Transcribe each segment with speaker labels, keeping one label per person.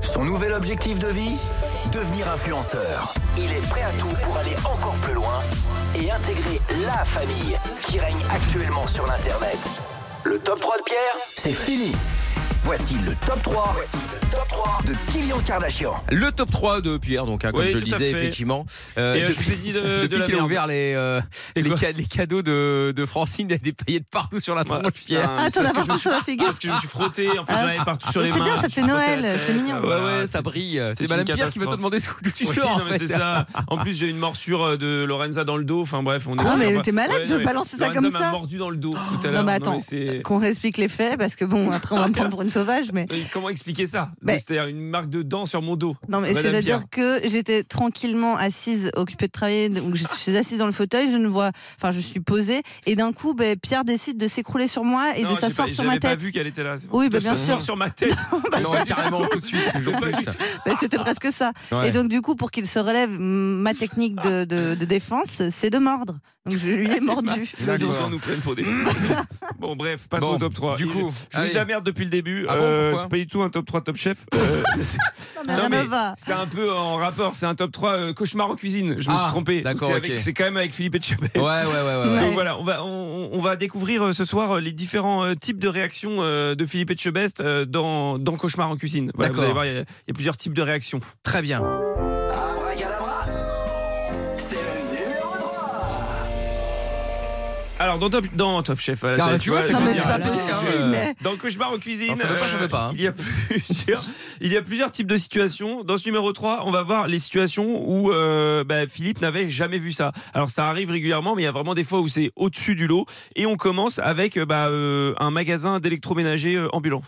Speaker 1: Son nouvel objectif de vie Devenir influenceur. Il est prêt à tout pour aller encore plus loin et intégrer la famille qui règne actuellement sur l'Internet. Le top 3 de Pierre, c'est fini. Voici le top 3, le top 3 de Kylian Kardashian.
Speaker 2: Le top 3 de Pierre, donc, hein, comme
Speaker 3: Oui,
Speaker 2: je le
Speaker 3: tout à
Speaker 2: disais,
Speaker 3: fait.
Speaker 2: effectivement. Euh,
Speaker 3: Et, euh, je
Speaker 2: depuis-
Speaker 3: vous ai dit de- de
Speaker 2: depuis
Speaker 3: la
Speaker 2: qu'il a
Speaker 3: merde.
Speaker 2: ouvert les, euh,
Speaker 3: Et
Speaker 2: les,
Speaker 3: quoi
Speaker 2: ca- les cadeaux de, de Francine, il y a des paillettes partout sur la tronche,
Speaker 3: Ouais,
Speaker 2: Pierre.
Speaker 3: putain,
Speaker 4: Ah, t'en
Speaker 3: parce
Speaker 4: as
Speaker 3: que je me
Speaker 4: partout
Speaker 3: suis-
Speaker 4: sur la figure.
Speaker 3: Parce que je me suis frotté, enfin
Speaker 4: Ah.
Speaker 3: j'en avais partout sur les
Speaker 4: C'est
Speaker 3: mains.
Speaker 4: bien, ça
Speaker 3: je
Speaker 4: fait
Speaker 3: me suis frotté
Speaker 4: Noël,
Speaker 3: la tête, euh,
Speaker 4: c'est mignon.
Speaker 2: Ouais,
Speaker 3: voilà,
Speaker 2: ouais, ça brille. C'est
Speaker 3: Ah, une
Speaker 2: Madame Pierre qui va te
Speaker 3: catastrophe.
Speaker 2: demander d'où tu
Speaker 3: Oui,
Speaker 2: sors, en
Speaker 3: non, mais
Speaker 2: fait.
Speaker 3: c'est ça. En plus, j'ai une morsure euh, de Lorenza dans le dos. Enfin bref, on est.
Speaker 4: Quoi
Speaker 3: sur-
Speaker 4: Ah, Mais t'es malade de
Speaker 3: non, mais
Speaker 4: balancer ça
Speaker 3: Lorenza
Speaker 4: comme
Speaker 3: m'a
Speaker 4: ça.
Speaker 3: mordu dans le dos tout à l'heure.
Speaker 4: Non, mais attends,
Speaker 3: c'est-
Speaker 4: qu'on réexplique les faits, parce que bon, après, on va me prendre pour une sauvage, mais.
Speaker 3: Et Comment expliquer ça
Speaker 4: Mais-
Speaker 3: C'est-à-dire une marque de dents sur mon dos.
Speaker 4: Non, mais
Speaker 3: Madame
Speaker 4: c'est-à-dire
Speaker 3: Pierre.
Speaker 4: que j'étais tranquillement assise, occupée de travailler, donc je suis assise dans le fauteuil, je ne vois, enfin, je suis posée, et d'un coup, ben, Pierre décide de s'écrouler sur moi et
Speaker 3: Non,
Speaker 4: de
Speaker 3: j'ai
Speaker 4: s'asseoir
Speaker 3: pas-
Speaker 4: sur ma
Speaker 3: J'avais pas
Speaker 4: tête.
Speaker 3: vu qu'elle était là. c'est pour
Speaker 4: Oui,
Speaker 3: ça.
Speaker 4: bah, bien
Speaker 3: Elle
Speaker 4: sûr.
Speaker 3: s'asseoir sur ma tête.
Speaker 2: Non, carrément, tout de suite, toujours
Speaker 3: Pas
Speaker 2: plus.
Speaker 3: du tout.
Speaker 4: Ben, C'était presque ça.
Speaker 2: Ouais.
Speaker 4: Et donc, du coup, pour qu'il se relève, m- ma technique de, de- de défense, c'est de mordre. Donc, je lui ai mordu.
Speaker 3: Les
Speaker 2: D'accord.
Speaker 3: gens nous prennent pour des fous. bon, bref, passons
Speaker 2: Bon,
Speaker 3: au top 3.
Speaker 2: du
Speaker 3: Il-
Speaker 2: coup,
Speaker 3: je vous dis
Speaker 2: allez.
Speaker 3: de la merde depuis le début.
Speaker 2: Ah bon,
Speaker 3: Euh,
Speaker 2: pourquoi
Speaker 3: c'est pas du tout un top 3 top chef. Euh,
Speaker 4: Mais
Speaker 3: non,
Speaker 4: rien
Speaker 3: mais
Speaker 4: ne va.
Speaker 3: c'est un peu en rapport. C'est un top 3 euh, cauchemar en cuisine. Je me
Speaker 2: Ah,
Speaker 3: suis trompé.
Speaker 2: d'accord,
Speaker 3: C'est avec-
Speaker 2: ok.
Speaker 3: C'est quand même avec Philippe Etchebest.
Speaker 2: Ouais, ouais, ouais, ouais. ouais.
Speaker 4: Ouais.
Speaker 3: Donc voilà, on va, on, on va découvrir euh, ce soir euh, les différents euh, types de réactions euh, de Philippe Etchebest euh, dans, dans Cauchemar en cuisine. Voilà, vous
Speaker 2: D'accord.
Speaker 3: allez voir, il y, a- il y a plusieurs types de réactions.
Speaker 2: Très bien.
Speaker 1: Abracadabra, Ah, c'est le numéro 3.
Speaker 3: Alors, dans Top, dans top Chef, voilà,
Speaker 2: Non,
Speaker 3: ça,
Speaker 2: mais tu vois, c'est
Speaker 4: Non,
Speaker 2: pas
Speaker 4: mais c'est
Speaker 2: dire,
Speaker 4: pas
Speaker 2: là,
Speaker 4: possible.
Speaker 2: euh,
Speaker 4: mais-
Speaker 3: Dans Cauchemar en cuisine, euh,
Speaker 2: Non, ça veut pas, ça veut pas, hein.
Speaker 3: il, y a plusieurs, il y a plusieurs types de situations. Dans ce numéro 3, on va voir les situations où euh, bah, Philippe n'avait jamais vu ça. Alors ça arrive régulièrement, mais il y a vraiment des fois où c'est au-dessus du lot. Et on commence avec euh, bah, euh, un magasin d'électroménager euh, ambulant.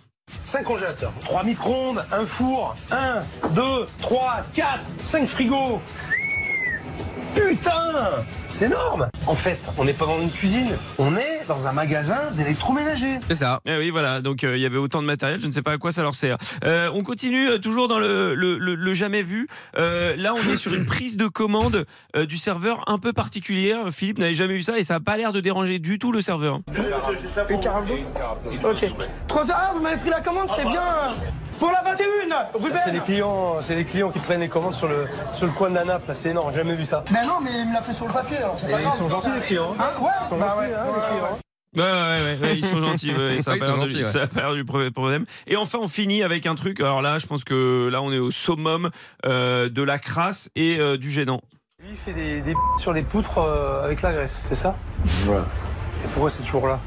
Speaker 5: 5 congélateurs, 3 micro-ondes, un four, 1, 2, 3, 4, 5 frigos. Putain C'est énorme En fait, on n'est pas dans une cuisine, on est dans un magasin d'électroménager.
Speaker 2: C'est ça.
Speaker 3: Eh oui, voilà, donc euh, il y avait autant de matériel, je ne sais pas à quoi ça leur sert. Euh, on continue euh, toujours dans le, le- le- le jamais vu. Euh, là, on est sur une prise de commande euh, du serveur un peu particulière. Philippe n'avait jamais vu ça et ça n'a pas l'air de déranger du tout le serveur.
Speaker 5: Une carafe Ok. Trois ah, vous m'avez pris la commande, c'est bien. Pour la 21, Ruben C'est les clients, c'est les clients qui prennent les commandes sur le, sur le coin de la nappe, là, c'est énorme, j'ai jamais vu ça. Ben non, mais il me l'a fait sur le papier, alors c'est pas grave. Ils sont gentils, les clients. ouais, ils sont gentils, hein, les clients.
Speaker 3: Ouais, ouais, ouais, ouais, ils sont gentils. ouais, ça a
Speaker 2: Ouais, ils
Speaker 3: pas
Speaker 2: sont
Speaker 3: l'air de-
Speaker 2: gentils, ouais.
Speaker 3: ça a pas l'air du premier problème. Et enfin, on finit avec un truc. Alors là, je pense que là, on est au summum euh, de la crasse et euh, du gênant.
Speaker 5: Lui, il fait des, des p- sur les poutres euh, avec la graisse, c'est ça
Speaker 6: Ouais.
Speaker 5: Et pourquoi c'est toujours là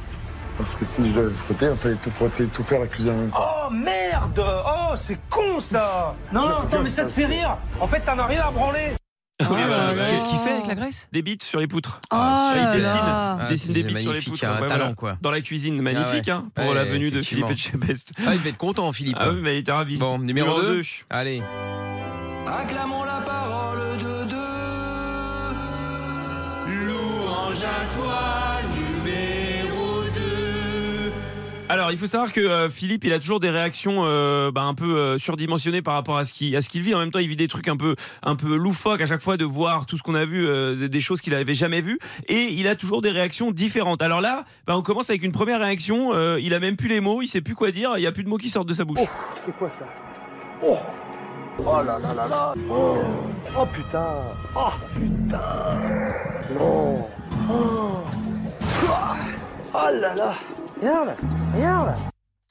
Speaker 6: Parce que si je devais frotter, il fallait tout frotter, tout faire la cuisine en même temps.
Speaker 5: Oh merde Oh, c'est con ça Non, non, attends, mais ça te fait rire En fait, t'en as rien à branler
Speaker 2: Ah,
Speaker 3: Oui, voilà, Ah, ouais.
Speaker 2: Qu'est-ce qu'il fait avec la graisse
Speaker 3: Des bites sur les poutres.
Speaker 4: Oh
Speaker 2: Ah,
Speaker 3: il
Speaker 4: là
Speaker 3: dessine.
Speaker 4: là.
Speaker 2: Ah,
Speaker 3: Dessine
Speaker 2: c'est
Speaker 3: des bites sur les
Speaker 2: magnifique,
Speaker 3: poutres.
Speaker 2: un
Speaker 3: ouais, voilà.
Speaker 2: talent, quoi.
Speaker 3: Dans la cuisine, magnifique,
Speaker 2: Ah ouais.
Speaker 3: hein, pour
Speaker 2: Ouais,
Speaker 3: la venue de
Speaker 2: effectivement.
Speaker 3: Philippe Etchebest.
Speaker 2: Ah, il devait être content, Philippe.
Speaker 3: Ah oui, mais il était ravi.
Speaker 2: Bon, numéro
Speaker 3: Numéro
Speaker 2: 2.
Speaker 3: deux.
Speaker 2: Allez.
Speaker 1: Acclamons la parole de deux. Louange à toi, numéro 2.
Speaker 3: Alors, il faut savoir que euh, Philippe, il a toujours des réactions euh, bah, un peu euh, surdimensionnées par rapport à ce qu'il à ce qu'il vit. En même temps, il vit des trucs un peu un peu loufoques à chaque fois de voir tout ce qu'on a vu, euh, des- des choses qu'il n'avait jamais vues, et il a toujours des réactions différentes. Alors là, bah, on commence avec une première réaction. euh, il a même plus les mots, il sait plus quoi dire, il y a plus de mots qui sortent de sa bouche.
Speaker 5: C'est quoi ça Oh Oh là là là là Oh, Oh, putain Oh putain Non Oh Ah. Oh là là Regarde Regarde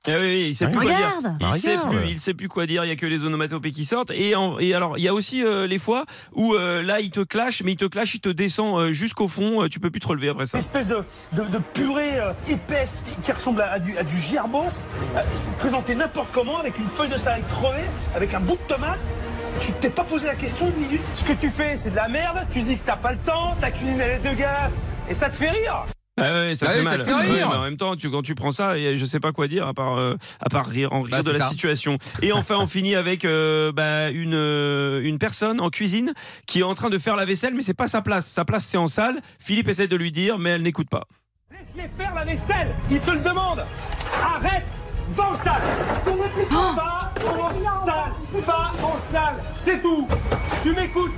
Speaker 3: Ah oui, oui, il sait plus quoi dire.
Speaker 4: Regarde
Speaker 3: Il sait,
Speaker 2: Regarde.
Speaker 3: plus, il sait plus quoi dire, il y a que les onomatopées qui sortent. Et, en- et alors, il y a aussi euh, les fois où euh, là, il te clash, mais il te clash, il te descend euh, jusqu'au fond, euh, tu peux plus te relever après ça.
Speaker 5: Espèce de, de, de purée euh, épaisse qui ressemble à, à du, à du gerbos, euh, présentée n'importe comment, avec une feuille de salade crevée, avec un bout de tomate. Tu t'es pas posé la question une minute Ce que tu fais, c'est de la merde, tu dis que t'as pas le temps, ta cuisine elle est dégueulasse, et ça te fait rire
Speaker 3: Ah ouais, ça
Speaker 2: Ah
Speaker 3: fait
Speaker 2: oui, ça
Speaker 3: mal.
Speaker 2: te fait rire.
Speaker 3: Ouais, mais en même temps, tu, quand tu prends ça, et je sais pas quoi dire à part euh, à part rire en rire
Speaker 2: Bah,
Speaker 3: de
Speaker 2: c'est
Speaker 3: la
Speaker 2: ça.
Speaker 3: situation. Et enfin, on finit avec euh, bah, une euh, une personne en cuisine qui est en train de faire la vaisselle, mais c'est pas sa place. Sa place c'est en salle. Philippe essaie de lui dire, mais elle n'écoute pas.
Speaker 5: Laisse-les faire la vaisselle, ils te le demandent Arrête Va en salle Va en salle Va en salle C'est tout Tu m'écoutes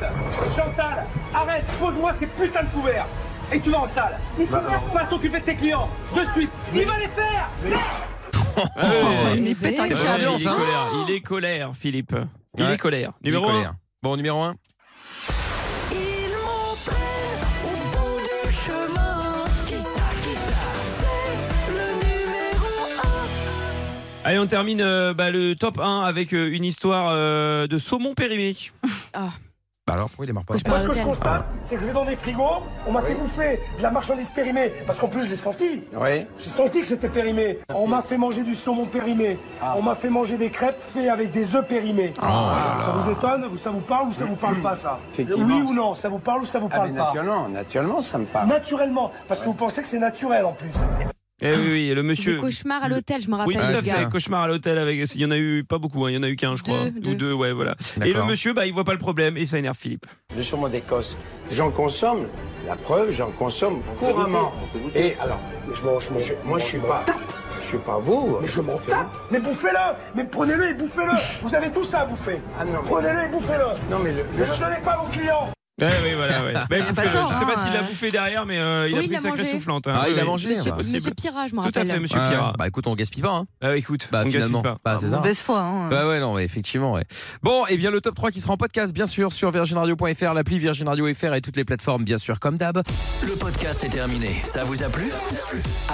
Speaker 5: Chantal, arrête Pose-moi ces putains de couverts Et tu vas en salle Va t'occuper de tes clients De suite Il va les faire
Speaker 2: Oh,
Speaker 4: Il me pète un
Speaker 2: C'est
Speaker 3: Ouais,
Speaker 2: pas
Speaker 4: câble.
Speaker 2: l'ambiance,
Speaker 3: il est
Speaker 2: hein.
Speaker 3: colère. Il est colère, Philippe. Il
Speaker 2: Ouais.
Speaker 3: est colère. Numéro 1.
Speaker 2: Colère. Bon, numéro 1.
Speaker 1: Ils montraient au bout du chemin. Qui ça, qui ça C'est le numéro
Speaker 3: Allez, on termine euh, bah, le top 1 avec euh, une histoire euh, de saumon périmé.
Speaker 2: Bah alors, pourquoi il démarre pas
Speaker 7: Pourquoi
Speaker 8: Moi, ce
Speaker 7: je parle au
Speaker 8: que je
Speaker 7: tel
Speaker 8: constate, c'est que je vais dans des frigos, on m'a fait bouffer de la marchandise périmée, parce qu'en plus, je l'ai senti. J'ai senti que c'était périmé. On m'a fait manger du saumon périmé.
Speaker 5: Ah.
Speaker 8: On m'a fait manger des crêpes faites avec des œufs périmés.
Speaker 5: Ah.
Speaker 8: ça vous étonne Vous- Ça vous parle ou ça vous parle pas, ça Oui ou non Ça vous parle ou ça vous parle
Speaker 5: Ah,
Speaker 8: pas
Speaker 5: naturellement, naturellement, ça me parle.
Speaker 8: Naturellement, parce que vous pensez que c'est naturel en plus.
Speaker 3: Eh oui, oui, le
Speaker 7: Des
Speaker 3: monsieur.
Speaker 7: cauchemars à l'hôtel, je me
Speaker 3: Oui,
Speaker 7: rappelle,
Speaker 3: tout à
Speaker 7: les gars.
Speaker 3: fait. Cauchemar à l'hôtel avec. Il y en a eu pas beaucoup. hein, Il y en a eu qu'un, je
Speaker 7: Deux,
Speaker 3: crois,
Speaker 7: deux.
Speaker 3: ou deux. Ouais, voilà. Et le
Speaker 2: D'accord.
Speaker 3: monsieur, bah, il voit pas le problème et ça énerve Philippe.
Speaker 5: Le saumon d'Écosse, j'en consomme. La preuve, j'en consomme couramment. Et alors,
Speaker 8: Je m'en, je m'en-
Speaker 5: je- moi, je suis
Speaker 8: m'en
Speaker 5: pas,
Speaker 8: tape.
Speaker 5: je suis pas vous.
Speaker 8: Mais je m'en tape Mais bouffez-le Mais prenez-le et bouffez-le Vous avez tout ça à bouffer
Speaker 5: Ah non, mais-
Speaker 8: Prenez-le et bouffez-le
Speaker 5: Non mais le,
Speaker 8: Ne le donnez pas à vos clients
Speaker 3: Ouais, Eh oui, voilà. Ouais.
Speaker 7: Ah,
Speaker 3: Bah, il bouffe,
Speaker 4: pas
Speaker 3: euh,
Speaker 4: tort,
Speaker 3: je sais pas
Speaker 4: hein,
Speaker 3: s'il l'a
Speaker 4: euh.
Speaker 3: bouffé derrière, mais euh, il
Speaker 7: Oui,
Speaker 3: a
Speaker 7: il
Speaker 3: pris
Speaker 7: l'a
Speaker 3: une sacrée
Speaker 7: mangé.
Speaker 3: soufflante. hein.
Speaker 2: Ah, il
Speaker 3: Oui,
Speaker 2: a
Speaker 3: oui.
Speaker 2: mangé.
Speaker 7: Monsieur,
Speaker 2: bah.
Speaker 7: Monsieur Pira, je me
Speaker 3: Tout à
Speaker 7: rappelle.
Speaker 3: fait, monsieur
Speaker 2: Ouais,
Speaker 3: Pierre.
Speaker 2: Bah écoute, on gaspille pas. Hein.
Speaker 3: Ah, écoute,
Speaker 2: Bah
Speaker 3: on gaspille
Speaker 2: finalement.
Speaker 3: pas. Ah
Speaker 2: Bah c'est ça.
Speaker 4: Mauvaise foi. Hein.
Speaker 2: Bah ouais, non, mais effectivement, ouais. Bon, et bien le top 3 qui sera en podcast, bien sûr, sur virginradio.fr, l'appli Virgin Radio FR et toutes les plateformes, bien sûr, comme d'hab.
Speaker 1: 1. Le podcast est terminé. Ça vous a plu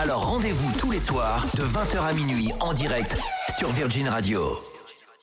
Speaker 1: Alors rendez-vous tous les soirs de 20h à minuit en direct sur Virgin Radio.